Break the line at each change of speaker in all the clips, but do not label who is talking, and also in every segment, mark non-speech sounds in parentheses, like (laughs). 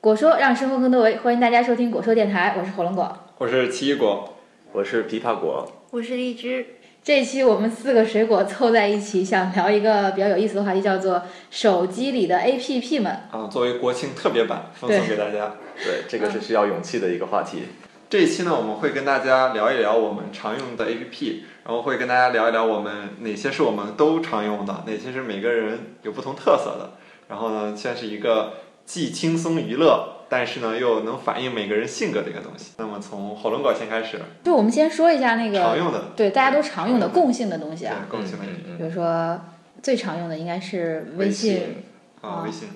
果说让生活更多维，欢迎大家收听果说电台，我是火龙果。
我是奇异果，
我是枇杷果，
我是荔枝，
这一期我们四个水果凑在一起，想聊一个比较有意思的话题，叫做手机里的 APP 们。
啊，作为国庆特别版奉送给大家。
对，这个是需要勇气的一个话题。
这一期呢，我们会跟大家聊一聊我们常用的 APP，然后会跟大家聊一聊我们哪些是我们都常用的，哪些是每个人有不同特色的。然后呢，算是一个既轻松娱乐，但是呢又能反映每个人性格的一个东西。那么从火龙果先开始，
就我们先说一下那
常
个，
用的
对大家都常用的共性的东西
对
啊，
共性的
嗯嗯
比如说最常用的应该是微信、
啊
嗯
啊
微信，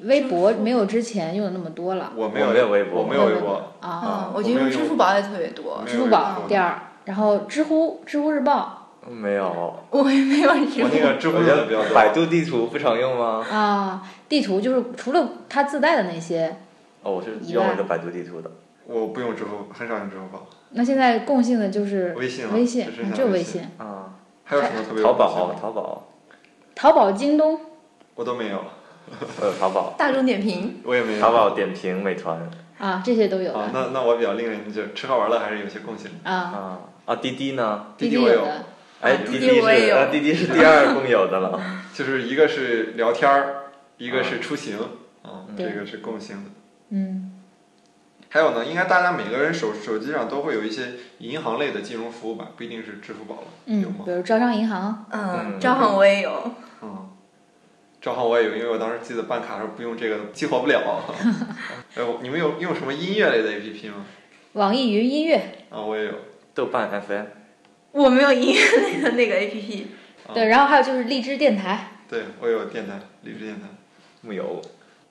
微博，没有之前用的那么多了
我没
我
有
没有微博
我没有
没有
微
微 (laughs)
博，
啊。
嗯
啊，
我觉
我没
得
有
用支付宝也特别多，
没
支
有
付
微
宝
博
第二，然后知乎，知乎日报
嗯没有，
我也没有支
我那
付。
个知乎
我觉
用的比较
得
多。
百度地图不常用吗？
啊，地图就是除了它自带的那些，
哦，我是
以
用
外
了个百度地图的。
我不用支付，很少用支付宝，
那现在共性的就是
微信了啊
微信
只剩，下
只有
微
微
信
信、
啊，
还有什么特别有
淘
共性
宝，
吗
淘宝，
淘宝、京东。
我都没有，
我有呃淘宝，
大众点评，嗯
我也没有。
淘宝点评、美团
啊，这些都有
啊，
的
那那我比较另类，你就吃喝玩乐还是有些共性的。
啊，
啊啊，滴滴呢？
滴
滴
我
有
有，
的，
哎，
啊滴
滴
滴我也
是
有
啊，滴滴是第二共有的了。
就是一个是聊天儿，一个
嗯
是出行，啊，这
对
个是共性的。
嗯，
还有呢，应该大家每个人手手机上都会有一些银行类的金融服务吧，不一定是支付宝了，有
嗯，
吗
比？如招商银行，
嗯，
嗯
招行我也有，
嗯，正好我也有，因为我当时记得办卡的时候不用这个激活不了。
(laughs)
哎，我你们有用什么音乐类的 APP 吗？
网易云音乐，
啊，我也有。
豆瓣 FM
我没有音乐类的那个 A P P，
啊
对，然后还有就是荔枝电台，
对，我有电台，理智电台。
木有，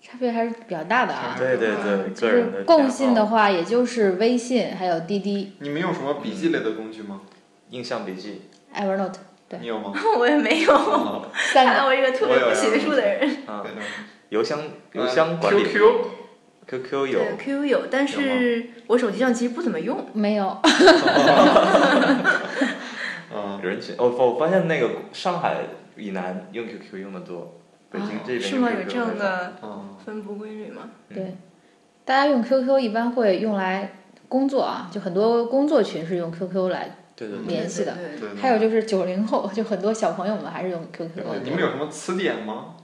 差别还是比较大的啊。
对对对，
就
个人
是
的
共性
偏
的
好，
话，也就是微信，还有滴滴、
你们用什么笔记类的工具吗？
印象笔记
Evernote 对
你有
(laughs)
吗？ (laughs)
我也没有。
啊
三
看来 (laughs)
个。
我是一个特别不学术的人。
啊
对，呃
邮箱邮箱管理
QQ
QQ 有
对，Q 有，但是我手机上其实不怎么用。
没有，
嗯，
人群，我哦我发现那个上海以南用 QQ 用的多，北京这边
哦是吗？
用 QQ
有这样
很少？
的
嗯，
分布规律吗？
嗯
对，大家用 QQ 一般会用来工作啊，就很多工作群是用 QQ 来，
对对对，
联系的
对。对对
对对。
还有就是九零后，就很多小朋友们还是用 QQ
对
的
你们有什么词典吗？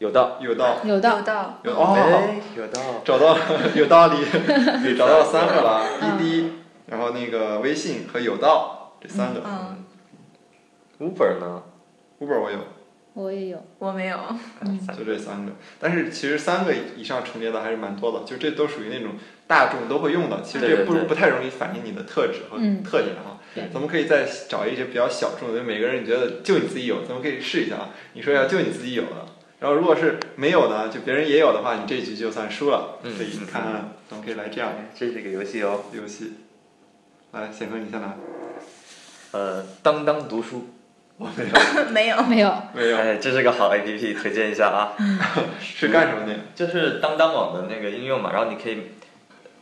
有道
有道，
有
有
的，
道，
有哦，
哎，有道，
找到了，有道理，
(laughs)
找到三个了，
嗯
滴滴，然后那个微信和有道这三个。
嗯，
Uber 呢？
Uber 我有，
我也有， (laughs)
我没有。 (laughs)
嗯
就这三个。但是其实三个以上重叠的还是蛮多的，就这都属于那种大众都会用的，其实这
对对
不
对
不太容易反映你的特质和
嗯
特点啊。
对
咱们可以再找一些比较小众的，就每个人你觉得就你自己有，咱们可以试一下啊。你说要就你自己有的，然后如果是没有呢，就别人也有的话，你这一局就算输了。
嗯
所以你
嗯
看看，咱们可以来这样
这是一个游戏哦，
游戏。来，显哥你先来。
呃，当当读书，
没有，
没有，
没有，
哎，这是个好 APP，推荐一下啊，
是干什么的呀？
就是当当网的那个应用嘛，然后你可以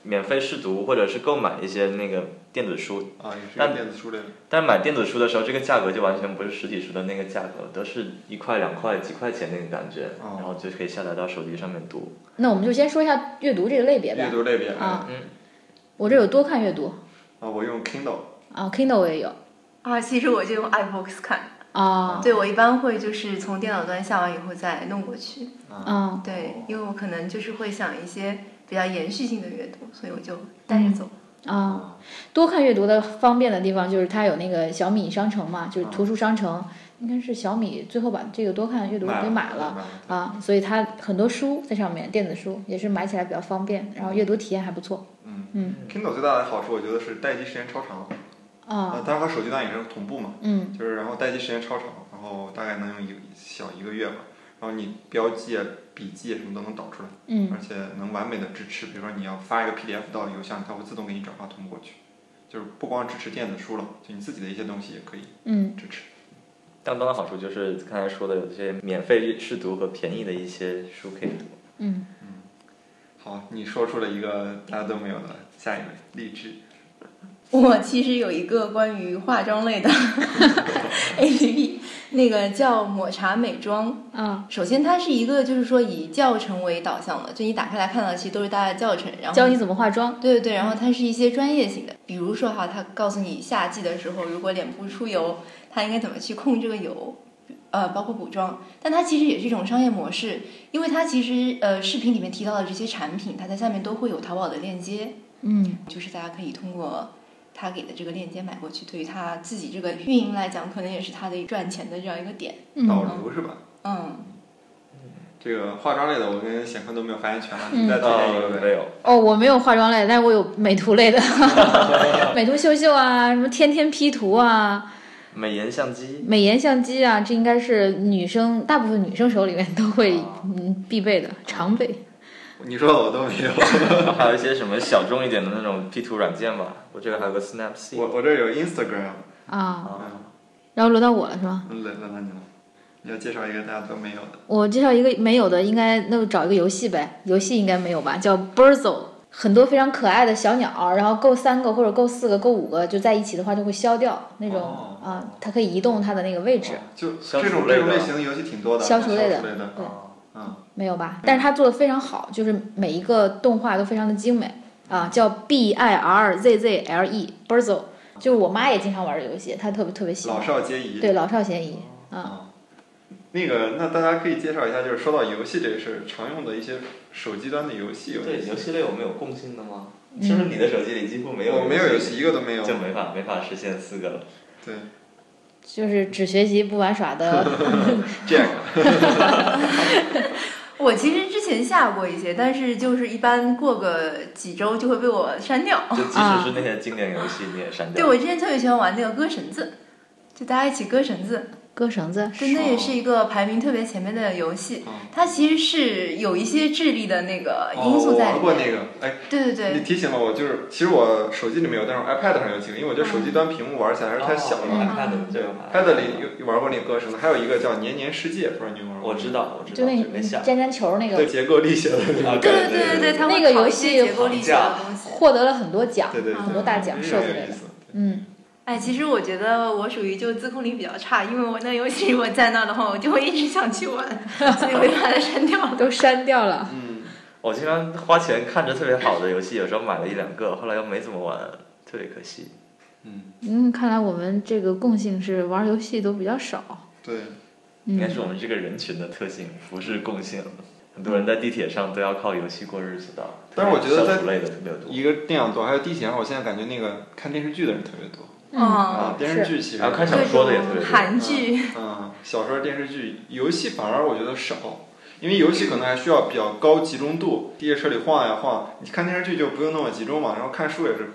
免费试读或者是购买一些那个电子书，
啊，也是
那
个电子书类的。
但买电子书的时候，这个价格就完全不是实体书的那个价格，都是一块两块几块钱那个感觉，
哦
然后就可以下载到手机上面读。
那我们就先说一下阅读这个类别
阅
呗。
读类别。
啊
嗯，
我这有多看阅读
啊，我用 Kindle。
啊，Kindle 我也有
啊，其实我就用 iBooks 看。
啊
对，我一般会就是从电脑端下完以后再弄过去。
啊，
对，因为我可能就是会想一些比较延续性的阅读，所以我就带
嗯
着走。 (laughs)
啊，多看阅读的方便的地方就是它有那个小米商城嘛，就是
啊
图书商城，应该是小米最后把这个多看阅读给买了。啊，所以它很多书在上面，电子书也是买起来比较方便，然后阅读体验还不错。
嗯
嗯
，Kindle 最大的好处，我觉得是待机时间超长。
啊，
啊，当然和手机端也是同步嘛，
嗯
就是然后待机时间超长，然后大概能用一小一个月吧。然后你标记、啊、笔记啊什么都能导出来，
嗯
而且能完美的支持。比如说你要发一个 PDF 到邮箱，它会自动给你转发同步过去。就是不光支持电子书了，就你自己的一些东西也可以
嗯
支持。
当当的好处就是刚才说的，有这些免费试读和便宜的一些书可以读。
嗯，
好，你说出了一个大家都没有的，下一位荔枝。
我其实有一个关于化妆
(laughs)
类的 APP，那个叫抹茶美妆。
啊，
首先，它是一个就是说以教程为导向的，就你打开来看到，其实都是大家的教程，然后
教你怎么化妆。
对对对，然后它是一些专业性的，比如说哈，它告诉你夏季的时候，如果脸部出油，它应该怎么去控这个油，呃，包括补妆。但它其实也是一种商业模式，因为它其实呃，视频里面提到的这些产品，它在下面都会有淘宝的链接，
嗯
就是大家可以通过他给的这个链接买过去。对于他自己这个运营来讲，可能也是他的赚钱的这样一个点。
导
嗯，
流是吧？
嗯，
这个化妆类的，我跟显坤都没有发言权了，
嗯
你再推荐一个
嗯，
呗。
没有，
哦，我没有化妆类，但是我有美图类 (laughs) 的，美图秀秀啊，什么天天 P 图啊，
美颜相机，
美颜相机啊，这应该是女生大部分女生手里面都会嗯必备的常备。
你说的我都没有，
还有一些什么小众一点的那种 P 图软件吧。我这个还有个 Snapseed
我我这儿有 Instagram，
啊，
啊，
然后轮到我了是吗？
嗯轮轮到你了，你要介绍一个大家都没有的。
我介绍一个没有的，应该那就找一个游戏呗，游戏应该没有吧？叫 Birzo，很多非常可爱的小鸟，然后够三个或者够四个、够五个就在一起的话就会消掉那种、
哦
啊，它可以移动它的那个位置，
就
消
这种
除
这
类的
种类型的游戏挺多的，
消
消
除
除
类的
类的，
对
哦
嗯，
没有吧？但是它做的非常好，就是每一个动画都非常的精美啊，叫 B I R Z Z L E Birzo，就是我妈也经常玩这个游戏，她特别特别喜欢
老，少皆宜。
对老少咸宜啊，
啊，那个，那大家可以介绍一下，就是说到游戏这个事儿，常用的一些手机端的游戏有哪
对，
些
游？戏类我们有共性的吗？
嗯
是不是你的手机里几乎没有？
我没有游戏，一个都没有。
就没法没法实现四个了。
对
就是只学习不玩耍的
(laughs) ，Jack，
我其实之前下过一些，但是就是一般过个几周就会被我删掉。
就即使是那些经典游戏，你也删
对，
掉。
我之前特别喜欢玩那个割绳子，就大家一起割绳子，
割绳子，
真的也是一个排名特别前面的游戏
哦
嗯。
它其实是有一些智力的那个
哦，
因素
我
在
玩
里
过
面。
那个，哎，
对对
你
对，
提醒了我，就是其实我手机里没有，但是我 iPad 上有几个，因为我觉得手机端屏幕玩起来还是太小
哦
了。
iPad 这个
iPad 里有有玩过那个歌声的，还有一个叫《年年世界》，不知道你有没有玩过？
我知道，我知
就
道，
那
没下。
粘粘球那个
对，结构力学的那个。
啊
对对对对，它
那
会
个
考
游
一
戏
些结构力学的
好
东西。
获得了很多奖，
对对对，
啊很多大奖
非
受
常
之
有
类
意
的。
思。
嗯，
哎，其实我觉得我属于就自控力比较差，因为我那游戏如果在那的话，我就会一直想去玩，所以我就把它删掉了。
(laughs) 都删掉了。
嗯，
我经常花钱看着特别好的游戏，有时候买了一两个，后来又没怎么玩，特别可惜。
嗯，
嗯，看来我们这个共性是玩游戏都比较少。
对，
应该是
嗯，
我们这个人群的特性，不是共性。很多人在地铁上都要靠游戏过日子的，
但是我觉得在
消除类的特别多。
一个电影多，还有地铁上，我现在感觉那个看电视剧的人特别多。
嗯，
嗯，
啊，电视剧其实
啊看小
各
说的也
种
特别多
韩剧，
嗯，小说、电视剧、游戏反而我觉得少，因为游戏可能还需要比较高集中度，地铁车里晃呀晃。你看电视剧就不用那么集中嘛，然后看书也是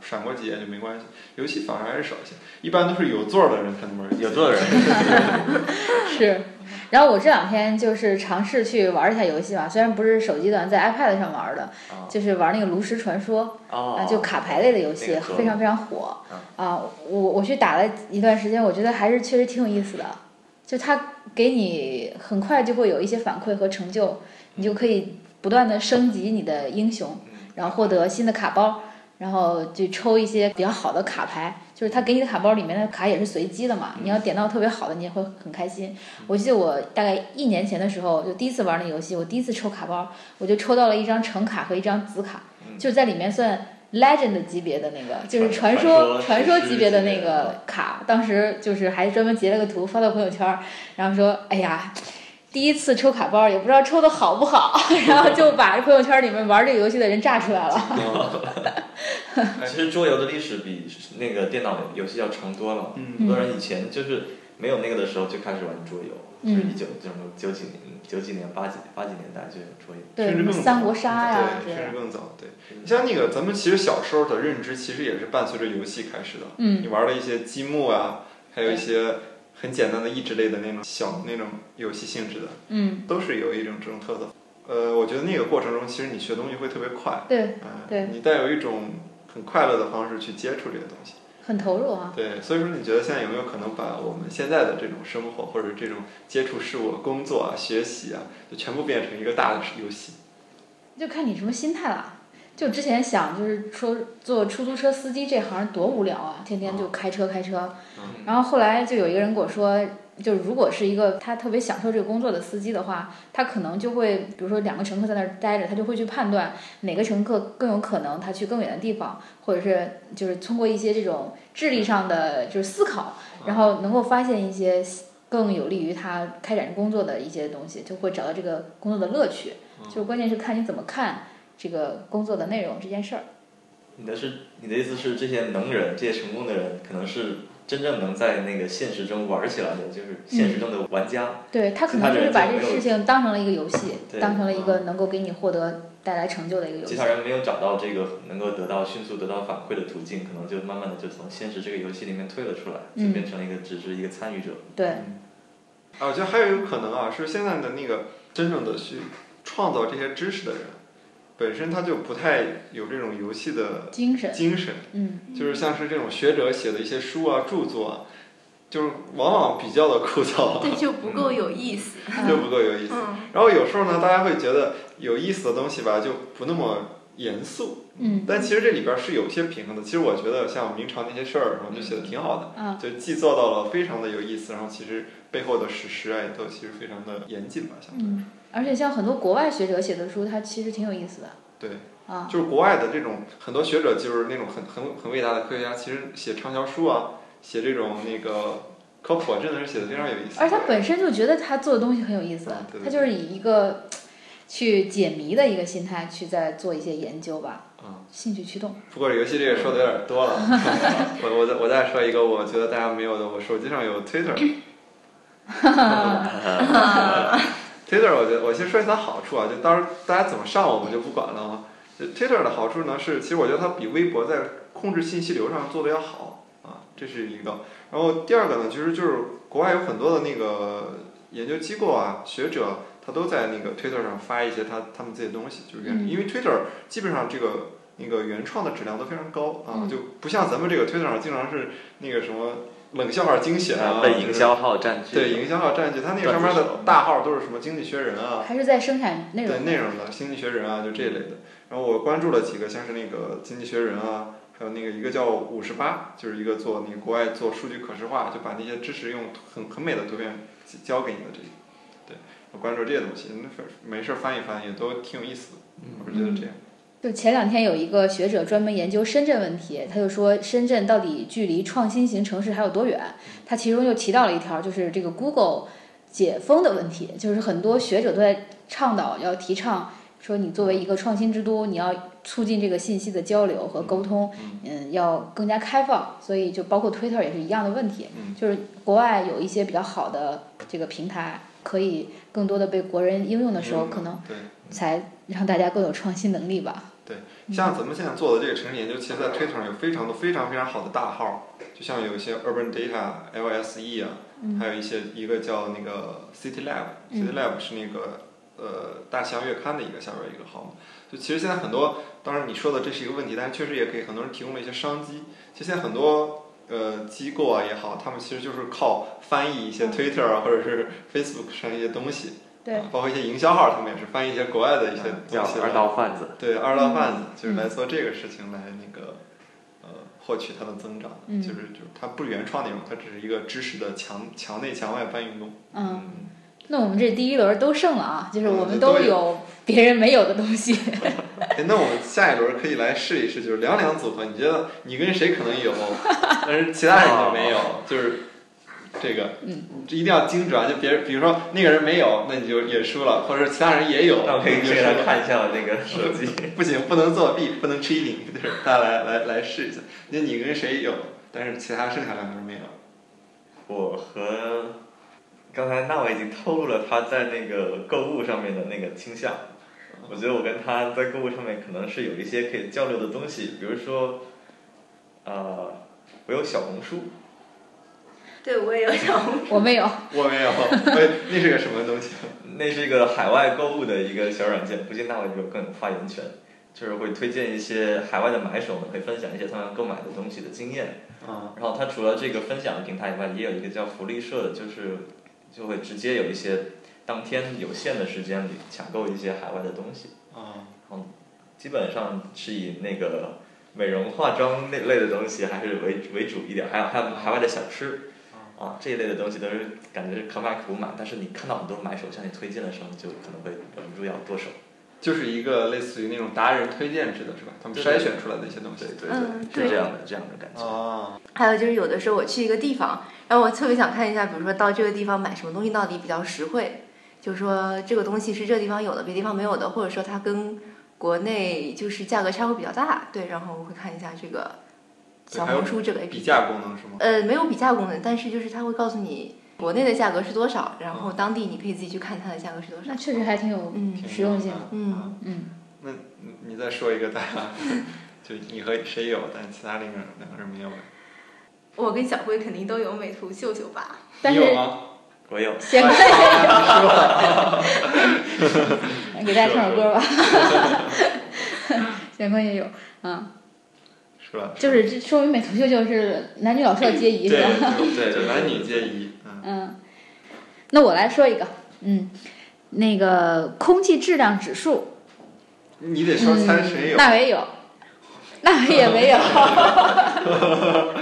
闪过几页就没关系。游戏反而还是少一些，一般都是有座儿的人才能玩游戏。
有座的 (laughs) 人，
是。然后我这两天就是尝试去玩一下游戏嘛，虽然不是手机端，在 iPad 上玩的，
啊
就是玩那个炉石传说啊，
哦，
就卡牌类的游戏
那个嗯可以
非常非常火啊。我我去打了一段时间，我觉得还是确实挺有意思的，就它给你很快就会有一些反馈和成就，你就可以不断的升级你的英雄。
嗯
然后获得新的卡包，然后就抽一些比较好的卡牌。就是他给你的卡包里面的卡也是随机的嘛，你要点到特别好的，你也会很开心。我记得我大概一年前的时候，就第一次玩那游戏，我第一次抽卡包，我就抽到了一张橙卡和一张紫卡，
嗯
就在里面算 legend 级别的那个，就是
传
传
传说
说传说级别的
史诗
那
级别
个卡。当时就是还专门截了个图发到朋友圈儿，然后说：“哎呀，第一次抽卡包，也不知道抽的好不好。” (laughs) 然后就把朋友圈里面玩这个游戏的人炸出来了。
嗯
哎其实桌游的历史比那个电脑游戏要长多了。很
嗯，
多人以前就是没有那个的时候就开始玩桌游，
嗯
就是一九什么九几年、九几年、八几八几年代就有桌游。
对，什
甚至
么
更
三国杀呀之
对，
类
甚
的
至。更早。对，你像那个咱们其实小时候的认知，其实也是伴随着游戏开始的。
嗯
你玩的一些积木啊，还有一些很简单的益智类的那种小那种游戏性质的。
嗯，
都是有一种这种特色。呃，我觉得那个过程中，其实你学东西会特别快，
对，
嗯、
对
你带有一种很快乐的方式去接触这个东西。
很投入啊。
对，所以说你觉得现在有没有可能把我们现在的这种生活或者这种接触事物、工作啊、学习啊，就全部变成一个大的游戏？
就看你什么心态了。就之前想，就是说做出租车司机这行多无聊啊，天天就开车开车。
嗯
然后后来就有一个人跟我说，就如果是一个他特别享受这个工作的司机的话，他可能就会，比如说两个乘客在那儿待着，他就会去判断哪个乘客更有可能他去更远的地方，或者是就是通过一些这种智力上的就是思考，然后能够发现一些更有利于他开展工作的一些东西，就会找到这个工作的乐趣。就是关键是看你怎么看这个工作的内容这件事儿。
你的是你的意思是，这些能人，这些成功的人，可能是真正能在那个现实中玩起来的，就是现实中的玩家。
对他可
其他
能就
人
是把
就
这
没有
事情当成了一个游戏，
对嗯
当成了一个能够给你获得带来成就的一个游
其
戏
他。人没有找到这个能够得到迅速得到反馈的途径，可能就慢慢的就从现实这个游戏里面退了出来，
嗯
就变成了一个只是一个参与者。
对，
啊，我觉得还有一个可能啊，是现在的那个真正的去创造这些知识的人，本身他就不太有这种游戏的
精神，
精神，
嗯，
就是像是这种学者写的一些书啊、著作啊，就是往往比较的枯
嗯
燥，
对，就不够有意思。
就不够有意思。
嗯，
然后有时候呢，大家会觉得有意思的东西吧，就不那么严肃，
嗯
但其实这里边是有一些平衡的。其实我觉得像明朝那些事儿，然后就写的挺好的。
啊，
就既做到了非常的有意思，然后其实背后的史实啊也都其实非常的严谨吧，相对来
嗯，而且像很多国外学者写的书，它其实挺有意思的。
对，
啊，
就是国外的这种很多学者，就是那种很很很伟大的科学家，其实写畅销书啊，写这种那个科普啊，真的是写的非常有意思。
而他本身就觉得他做的东西很有意思
嗯对，对
他就是以一个去解谜的一个心态去在做一些研究吧，
啊、
兴趣驱动。
不过游戏这个说的有点多了， (laughs) 我我再我再说一个，我觉得大家没有的，我手机上有
(laughs)
Twitter。Twitter，我觉得我先说一下它好处啊，就当时大家怎么上我们就不管了啊。就 Twitter 的好处呢是，其实我觉得它比微博在控制信息流上做的要好啊，这是一个。然后第二个呢，其实就是国外有很多的那个研究机构啊、学者，他都在那个 Twitter 上发一些他他们自己的东西，就是原、
嗯
因为 Twitter 基本上这个那个原创的质量都非常高啊，
嗯
就不像咱们这个 Twitter 上经常是那个什么冷笑话精选啊，
被营销号占据。
对，营销号占据，它那个上面的大号都是什么经济学人啊，
还是在生产内
对
容。
内容的经济学人啊，就这一类的。然后我关注了几个，像是那个经济学人啊，还有那个一个叫五十八，就是一个做那个国外做数据可视化，就把那些知识用很很美的图片教给你的这个，对我关注这些东西，那没事儿翻一翻也都挺有意思的，
嗯
嗯
我是觉得这样。
就前两天有一个学者专门研究深圳问题，他就说深圳到底距离创新型城市还有多远？他其中就提到了一条，就是这个 Google 解封的问题，就是很多学者都在倡导要提倡说，你作为一个创新之都，你要促进这个信息的交流和沟通，嗯，要更加开放。所以就包括 Twitter 也是一样的问题
嗯，
就是国外有一些比较好的这个平台，可以更多的被国人应用的时候，
嗯
可能
对。
才让大家更有创新能力吧。
像咱们现在做的这个城市研究，其实在推特上有非常多非常非常好的大号，就像有一些 Urban Data、LSE 啊，还有一些一个叫那个 City Lab，City Lab 是那个呃大西洋月刊的一个下边儿一个号嘛。就其实现在很多，当然你说的这是一个问题，但是确实也给很多人提供了一些商机。其实现在很多呃机构啊也好，他们其实就是靠翻译一些 Twitter 啊或者是 (laughs) Facebook 上一些东西，啊
对，
包括一些营销号，他们也是翻译一些国外的一些
叫
东西
二
来
道贩子。
对二道贩子，就是来做这个事情来那个呃获取它的增长，
嗯
就是就是它不原创内容，它只是一个知识的墙墙内墙外搬运动。
嗯，那我们这第一轮都胜了啊，就是我们都
嗯都
有别人没有的东
(laughs)
西。
哎，那我们下一轮可以来试一试，就是两两组合，你觉得你跟谁可能有，但是其他人就没有，就是。这个，
嗯，
一定要精准啊，就别人，比如说那个人没有，那你就也输了，或者其他人也有，
那嗯我可以
你就
给
输
大
了
家看一下我那个
(laughs)
手机。
不行，不能作弊，不能 cheating，就是大家来来来试一下。就你跟谁有，但是其他剩下两个人没有。
我和刚才那我已经透露了他在那个购物上面的那个倾向。我觉得我跟他在购物上面可能是有一些可以交流的东西，比如说，呃，我有小红书，
对我也有小红
我没有，
我 (laughs) 没有，我那是个什么东西？
那是一个海外购物的一个小软件，不信那我有更有发言权，就是会推荐一些海外的买手们，会分享一些他们购买的东西的经验。
啊，
然后它除了这个分享的平台以外，也有一个叫福利社的，就是就会直接有一些当天有限的时间里抢购一些海外的东西。
啊，
基本上是以那个美容化妆那类的东西还是为为主一点，还有还有海外的小吃，啊这一类的东西都是感觉是可买可不买，但是你看到很多人买手向你推荐的时候，你就可能会忍不住要剁手。
就是一个类似于那种达人推荐制的是吧？他们
对
筛选出来的一些东西
对。对
嗯
对，是这样的这样的感觉。
啊，
还有就是有的时候我去一个地方，然后我特别想看一下，比如说到这个地方买什么东西到底比较实惠，就说这个东西是这个地方有的，别的地方没有的，或者说它跟国内就是价格差会比较大，对，然后我会看一下这个
对
小
还有
红书这个 APP。
比价功能是吗？
呃，没有比价功能，但是就是它会告诉你国内的价格是多少，然
嗯
后当地你可以自己去看它的价格是多少
那。确实还挺有，
嗯，
挺
实用性
的
嗯
啊
嗯，
那你你再说一个大家， (laughs) 就你和谁有，但其他另一个人两个人没有。
我跟小辉肯定都有美图秀秀吧？
但
你
是
有吗？
我有，
先 (laughs) 给大家唱首歌
(laughs)
吧。乾坤也有，嗯，
是吧？
就是这说明美图秀秀是男女老少皆宜，是吧？
对
对
就
对
男女皆宜。嗯，
嗯，那我来说一个，嗯，那个空气质量指数，嗯
你得说猜谁有，
那没
(laughs)
有，那也没有，
我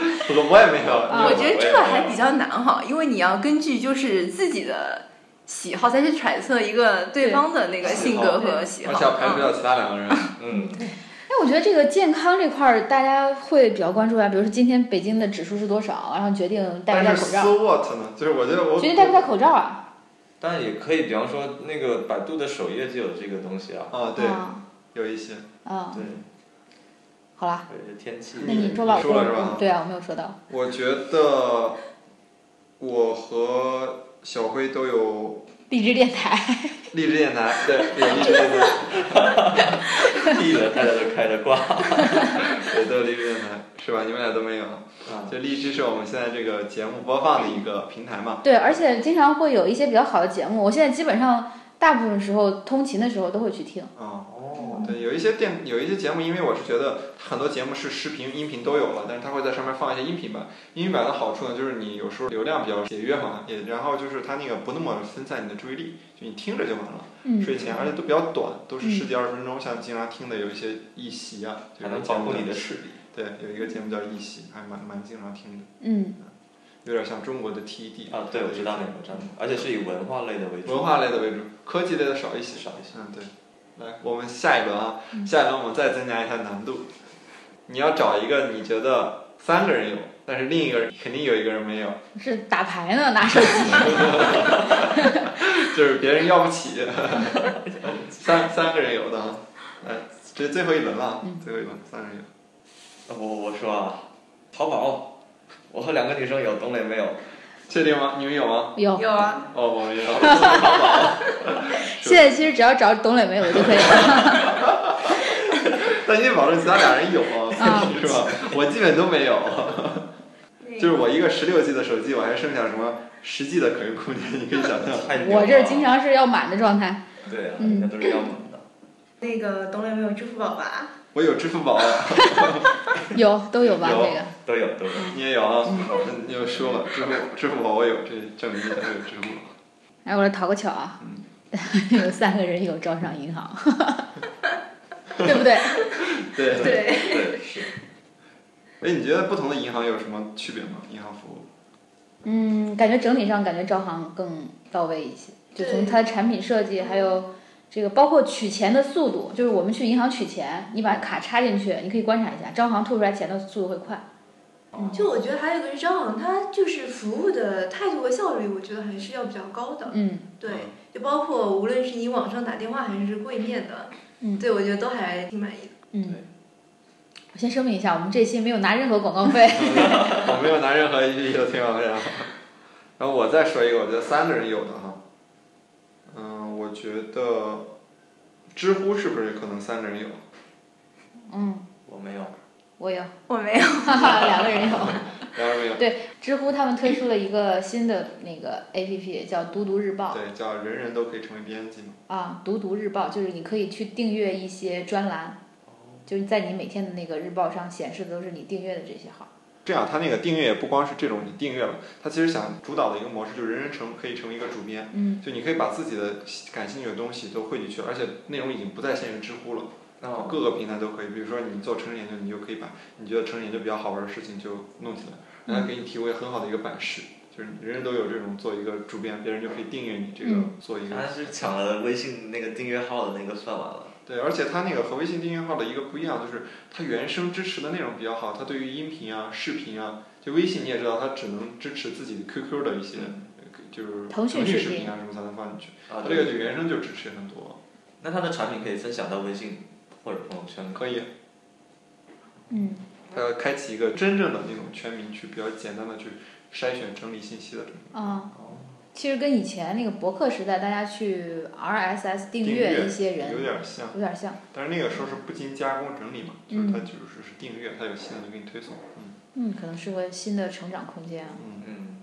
我也没有。
啊
你
我
有吗
觉得这
也
个
没有
还比较难哈，因为你要根据就是自己的喜好再去揣测一个对方的那个性格和喜
而
好。
且要排除
嗯
掉其他两个人。
嗯，
因为哎我觉得这个健康这块儿大家会比较关注啊，比如说今天北京的指数是多少，然后决定戴
但
不戴
是
口罩，
so what 呢？就是我觉得我
决定戴不戴口罩啊，
但也可以，比方说那个百度的首页就有这个东西啊。
啊，对，
啊，
有一些。
啊，
对，
好啦，
对天气。
那你说吧，
你说了是
我
吧
对啊，我没有说到，
我觉得我和小辉都有
励志电台， (laughs)
励志电台，对，有励志电台，
闭了，大家都开着
(laughs)
挂。
我都有励志电台，是吧？你们俩都没有。
啊
就荔枝是我们现在这个节目播放的一个平台嘛。
对，而且经常会有一些比较好的节目，我现在基本上大部分时候通勤的时候都会去听。
嗯，
哦，
对，有一些电有一些节目，因为我是觉得很多节目是视频、音频都有了，但是它会在上面放一些音频版。音频版的好处呢，就是你有时候流量比较节约嘛，也然后就是它那个不那么分散你的注意力，就你听着就完了。
嗯，
睡前，而且都比较短，都是十几二十分钟，像经常听的有一些一席啊，
还
就
能
是
保护你
的。
的视力。
对，有一个节目叫一席，还蛮蛮经常听的，
嗯，
有点像中国的 TED。
啊，对，我知道那个，我知道那个，而且是以文化类的为主。
文化类的为主，科技类的少一些。
少一些。
嗯，对。来，我们下一轮啊，
嗯
下一轮我们再增加一下难度。你要找一个你觉得三个人有，但是另一个人肯定有一个人没有，
是打牌呢，拿手机。
就是别人要不起。 (laughs) 三三个人有的啊，来，这最后一轮了啊，
嗯
最后一轮，三个人有。
我我说啊，淘宝，我和两个女生有，东磊没有。
确定吗？你们有 (laughs) 吗？
有，
有啊，
哦，我没有。
现在其实只要找董磊没有就可以了。
(laughs) 但你得保证其他俩人有啊
啊，
(laughs) 是吧？我基本都没有，就是我一个十六 G 的手机，我还剩下什么十 G 的可用空间？你可以想
(laughs)
象。
太牛了
我这儿经。常是要满的状态。
对啊，
嗯
人家都是要满的。
那个董磊没有支付宝吧？
我有支付宝，啊
有，都有吧？
有
这个
都有
(laughs)
都有。
你也有啊？你又说了，支付支付宝我有，这证明我有支付宝。
哎，我来讨个巧啊， (laughs) 有三个人有招商银行， (laughs) 对不对？
对，
对，
对，是。
哎，你觉得不同的银行有什么区别吗？银行服务？
嗯，感觉整体上感觉招行更到位一些，就从它的产品设计，还有这个包括取钱的速度，就是我们去银行取钱，你把卡插进去，你可以观察一下，招行吐出来钱的速度会快。
就我觉得还有一个是招行，它就是服务的态度和效率，我觉得还是要比较高的。
嗯，
对
嗯，
就包括无论是你网上打电话还是柜面的，
嗯
对我觉得都还挺满意的。
嗯
对，
我先声明一下，我们这期没有拿任何广告费。
我没有拿任何一句的推广费啊。然后我再说一个，我觉得三个人有的哈。嗯，我觉得知乎是不是可能三个人有？
嗯，
我没有。
我有， (laughs)
我没有。
哈哈，两个人有。
两个人没有。
知乎他们推出了一个新的那个 A P P，叫“读读日报
对，叫人人都可以成为编辑嘛。”
啊，“读读日报”就是你可以去订阅一些专栏，就是在你每天的那个日报上显示的都是你订阅的这些号。
这样，它那个订阅也不光是这种你订阅了，它其实想主导的一个模式就是人人成可以成为一个主编。
嗯
就你可以把自己的感兴趣的东西都汇集去了，而且内容已经不再限于知乎了，
哦
各个平台都可以。比如说你做城市研究，你就可以把你觉得城市研究比较好玩的事情就弄起来，然后给你提供一个很好的一个版式，就是人人都有这种做一个主编，别人就可以订阅你这个
嗯
做一个。
他是抢了微信那个订阅号的那个算法了。
对，而且它那个和微信订阅号的一个不一样，就是它原生支持的内容比较好，它对于音频啊、视频啊，就微信你也知道，它只能支持自己 QQ 的一些，就是
腾讯
腾讯
视
视
频
频啊什么才能放进去，
啊
它，这个就原生就支持很多，
那它的产品可以分享到微信或者朋友圈吗。
可以
嗯，
它要开启一个真正的那种全民去比较简单的去筛选整理信息的这种。
啊，
哦
其实跟以前那个博客时代，大家去 RSS 订阅一些
有
人
点像，
有点像。
但是那个时候是不经加工整理嘛，就是
嗯
它就是是订阅，它有新的就给你推送，嗯
嗯，可能是个新的成长空间啊。
嗯，
嗯，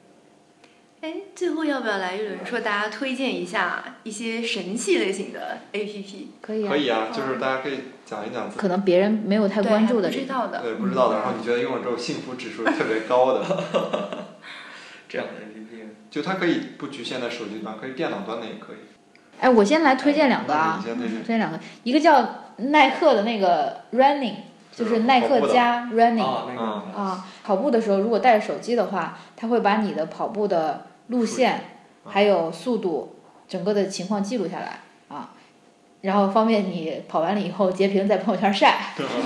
哎，最后要不要来一轮说大家推荐一下一些神器类型的 APP？
可以啊，
可以啊，就是大家可以讲一讲自己
可能别人没有太
对
关
还
注
不
啊的这
知
个，
道的，
对，不知道的，然后你觉得用了之后幸福指数特别高的， (laughs)
这样的 APP
就它可以不局限在手机啊端，可以电脑端的也可以。
哎，我先来推荐两个啊，
你先推荐
推荐两个，一个叫耐克的那个 Running，就是耐
跑步
克
的啊
加 Running，
哦，那
嗯
个
啊，跑步的时候如果带着手机的话，它会把你的跑步的路线
嗯
还有速度整个的情况记录下来啊，然后方便你跑完了以后截屏在朋友圈晒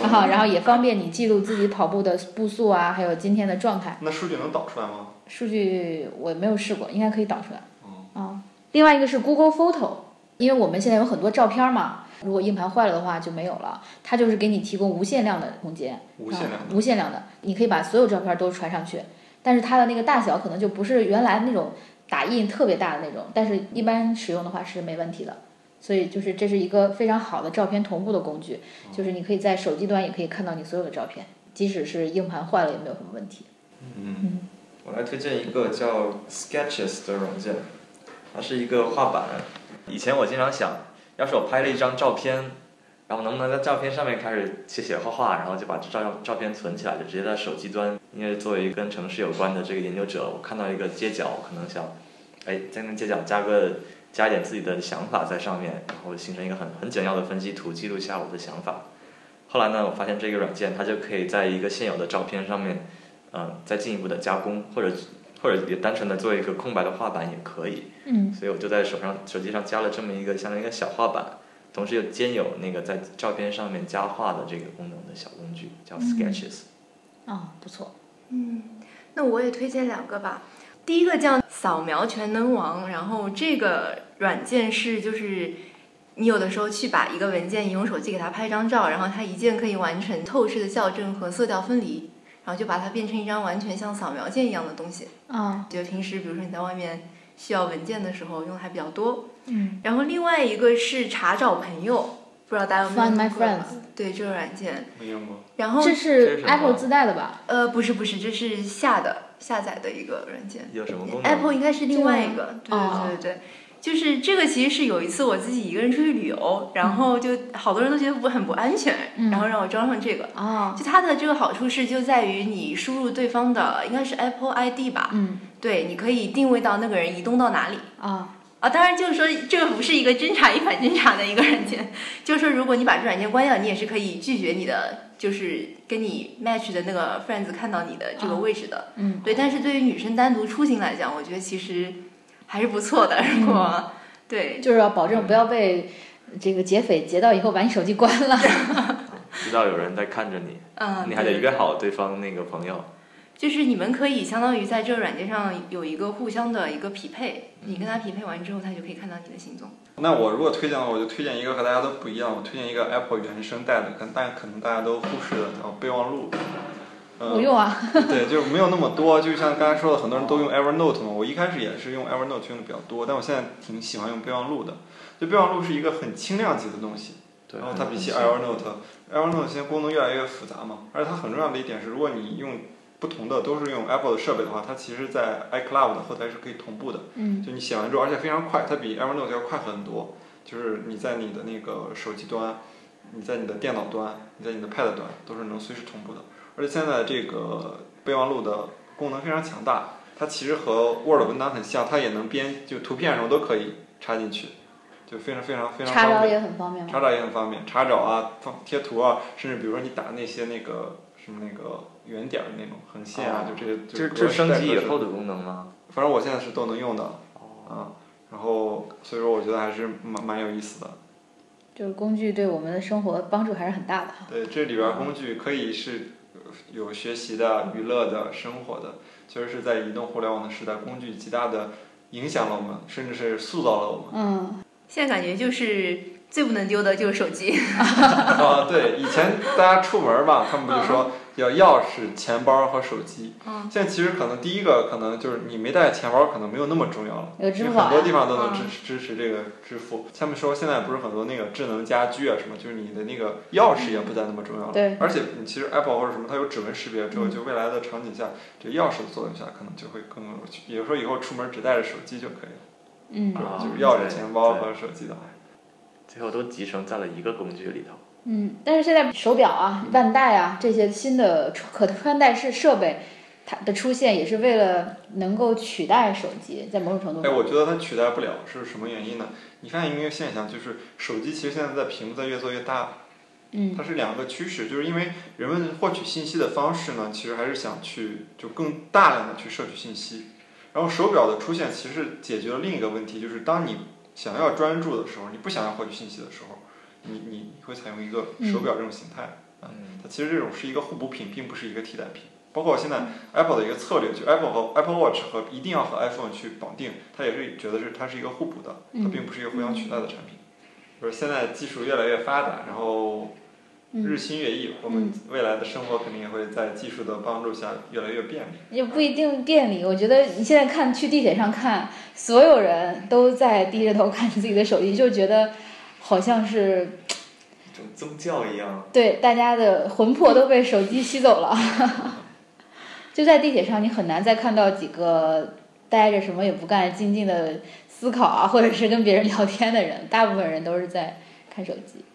啊，然后也方便你记录自己跑步的步速啊，还有今天的状态。
那数据能导出来吗？
数据我没有试过，应该可以导出来
嗯，
啊。另外一个是 Google Photo，因为我们现在有很多照片嘛，如果硬盘坏了的话就没有了，它就是给你提供无限量的空间。
无限量
啊
的。
无限量的，你可以把所有照片都传上去，但是它的那个大小可能就不是原来那种打印特别大的那种，但是一般使用的话是没问题的。所以就是这是一个非常好的照片同步的工具，
哦
就是你可以在手机端也可以看到你所有的照片，即使是硬盘坏了也没有什么问题。
嗯，
我来推荐一个叫 Sketches 的软件，它是一个画板。以前我经常想，要是我拍了一张照片，然后能不能在照片上面开始写写画画，然后就把这张照片存起来，就直接在手机端。因为作为一个跟城市有关的这个研究者，我看到一个街角，我可能想，哎，在那街角加个加一点自己的想法在上面，然后形成一个很很简要的分析图，记录一下我的想法。后来呢，我发现这个软件它就可以在一个现有的照片上面。嗯，再进一步的加工，或者或者也单纯的做一个空白的画板也可以。
嗯
所以我就在手上手机上加了这么一个相当于一个小画板，同时又兼有那个在照片上面加画的这个功能的小工具，叫 Sketches。
啊，不错，
嗯，
那我也推荐两个吧。第一个叫
扫描全能王，然后这个软件是就是。你有的时候去把一个文件，你用手机给它拍张照，然后它一键可以完成透视的校正和色调分离，然后就把它变成一张完全像扫描件一样的东西。
啊，
觉得平时比如说你在外面需要文件的时候用的还比较多。
嗯
然后另外一个是查找朋友，不知道大家有没
，Find
有用
My
过吧
Friends，
对这个软件。
没用过。
然后
嗯哦这
这
是
是什么
Apple 自带的吧？
呃，不是不是，这是下的下载的一个软件
有什么功能
Apple 应该是另外一个，
这
对
个吗
对对对。就是这个，其实是有一次我自己一个人出去旅游，然后就好多人都觉得不很不安全，
嗯
然后让我装上这个。
啊，
就它的这个好处是就在于你输入对方的应该是 Apple ID 吧，
嗯
对，你可以定位到那个人移动到哪里。
啊，
啊，当然就是说，这个不是一个侦查一反侦查的一个软件，就是说，如果你把这软件关掉，你也是可以拒绝你的，就是跟你 match 的那个 friends 看到你的这个位置的。
嗯
对，但是对于女生单独出行来讲，我觉得其实还是不错的。如果、对，
就是要保证不要被这个劫匪劫到以后把你手机关了。
知道有人在看着你，
嗯，
(laughs) 你还得
对
约好对方那个朋友。
就是你们可以相当于在这个软件上有一个互相的一个匹配，你跟他匹配完之后，他就可以看到你的行踪。
那我如果推荐的话，我就推荐一个和大家都不一样，我推荐一个 Apple 原生带的，但但可能大家都忽视的，叫备忘录。嗯、
我用啊，
(laughs) 对，就是没有那么多，就像刚才说的，很多人都用 Evernote 嘛。我一开始也是用 Evernote 用的比较多，但我现在挺喜欢用备忘录的。就备忘录是一个很轻量级的东西，
对，
然后它比起
很像
Evernote，Evernote 现在功能越来越复杂嘛，而且它很重要的一点是，如果你用不同的都是用 Apple 的设备的话，它其实在 iCloud 的后台是可以同步的，
嗯
就你写完之后，而且非常快，它比 Evernote 要快很多。就是你在你的那个手机端，你在你的电脑端，你在你的 Pad 端，都是能随时同步的。而且现在这个备忘录的功能非常强大，它其实和 Word 文档很像，它也能编就图片什么都可以插进去。就非常非常非常
查
方
找
便。
也很方便
查
嘛。
找也很方便，查找啊、放贴图啊，甚至比如说你打那些那个什么那个圆点儿的那种横线啊，
啊
就这些，
这
格
这
式
升
带
级
格
以
式
后的功能吗？
反正我现在是都能用的，啊，然后所以说我觉得还是蛮蛮有意思的。
就是工具对我们的生活帮助还是很大的哈。
对，这里边儿工具可以是呃有学习的、娱乐的、生活的，其实是在移动互联网的时代，工具极大的影响了我们，甚至是塑造了我们。 (laughs)
嗯，
现在感觉就是最不能丢的就是手
(laughs)
机，
啊，对，以前大家出门儿嘛，他们不就说要钥匙、钱包和手机。
嗯
现在其实可能第一个可能就是你没带钱包，可能没有那么啊重要了。
有支
因为
付宝啊
很多
呀
地方都
嗯
能支支持这个支付。他们说现在不是很多那个智能家居啊什么，就是你的那个钥匙也不再那么重要了。
对
而且你其实 Apple 或者什么，它有指纹识别之后，
嗯
就未来的场景下，这钥匙的作用下，可能就会更有趣。比如说以后出门只带着手机就可以了，
嗯
啊
就是钥匙、
对
钱包
对
和手机的。
最后都集成在了一个工具里头。
嗯，但是现在手表啊、腕带啊这些新的可穿戴式设备，它的出现也是为了能够取代手机，在某种程度
哎，
上。
我觉得它取代不了，是什么原因呢？你发现一个现象，就是手机其实现在的屏幕在越做越大，
嗯
它是两个趋势，就是因为人们获取信息的方式呢，其实还是想去就更大量的去摄取信息。然后手表的出现其实是解决了另一个问题，就是当你想要专注的时候，你不想要获取信息的时候，你你会采用一个手表这种形态。
嗯，
它其实这种是一个互补品，并不是一个替代品。包括现在 Apple 的一个策略，就 Apple 和 Apple Watch 和一定要和 iPhone 去绑定，它也是觉得是它是一个互补的，它
嗯
并不是一个互相取代的产品。就是现在技术越来越发达，然后日
嗯，
新月异，我们未来的生活肯定也会在技术的帮助下越来越便利。
也不一定便利。我觉得你现在看去地铁上看，所有人都在低着头看自己的手机，就觉得好像是
一种宗教一样。
对大家的魂魄都被手机吸走了。 (laughs) 就在地铁上，你很难再看到几个待着什么也不干、静静的思考啊，或者是跟别人聊天的人。大部分人都是在看手机。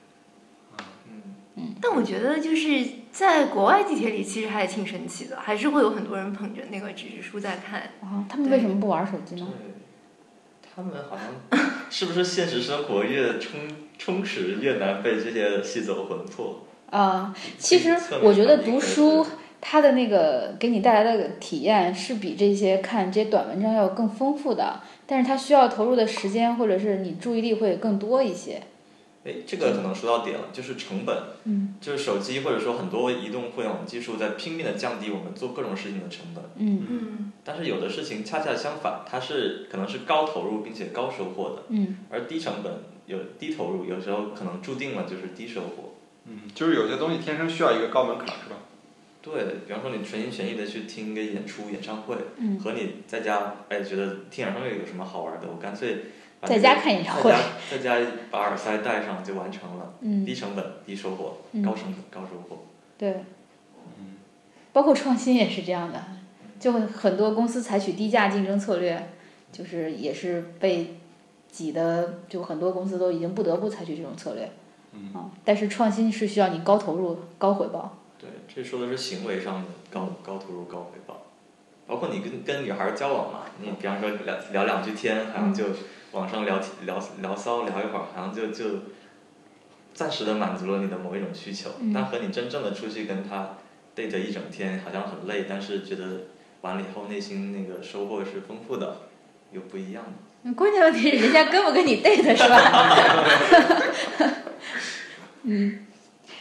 嗯，
但我觉得就是在国外地铁里其实还挺神奇的，还是会有很多人捧着那个纸质书在看。
啊，他们为什么不玩手机
对
呢？，
他们好像 (laughs) 是不是现实生活越充充实越难被这些吸走魂魄？
啊，其实我觉得读书它的那个给你带来的体验是比这些看这些短文章要更丰富的，但是它需要投入的时间或者是你注意力会更多一些。
哎，这个可能说到点了，就是成本。
嗯
就是手机或者说很多移动互联网技术在拼命的降低我们做各种事情的成本，
嗯
嗯，
但是有的事情恰恰相反，它是可能是高投入并且高收获的，
嗯
而低成本有低投入有时候可能注定了就是低收获。
嗯，就是有些东西天生需要一个高门槛，是吧？
对，比方说你全心全意的去听一个演出、演唱会，
嗯，
和你在家哎觉得听演唱会有什么好玩的，我干脆把
在
这个
家看演唱
在
会
家。在家把耳塞戴上就完成了，
嗯
低，成本低收获，
嗯
高成本高收获。
对
嗯，
包括创新也是这样的，就很多公司采取低价竞争策略，就是也是被挤的，就很多公司都已经不得不采取这种策略。
嗯
啊，但是创新是需要你高投入、高回报。
对，这说的是行为上的高高投入高回报，包括你跟跟女孩儿交往嘛，你比方说聊聊两句天，好像就网上聊聊聊骚聊一会儿，好像就就暂时的满足了你的某一种需求，
嗯
但和你真正的出去跟她 date 一整天，好像很累，但是觉得完了以后内心那个收获是丰富的，又不一样的。
嗯关键问题是人家跟不跟你 date 是吧？嗯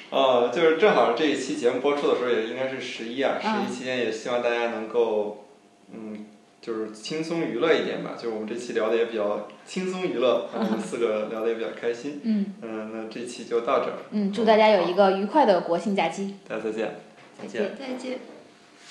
呃，就是正好这一期节目播出的时候，也应该是十一啊，
啊
十一期间也希望大家能够，嗯，就是轻松娱乐一点吧。就是我们这期聊的也比较轻松娱乐，我们四个聊的也比较开心。
嗯
嗯，那这期就到这儿，
嗯，祝大家有一个愉快的国庆假期。
大家再见。
再见。
再见。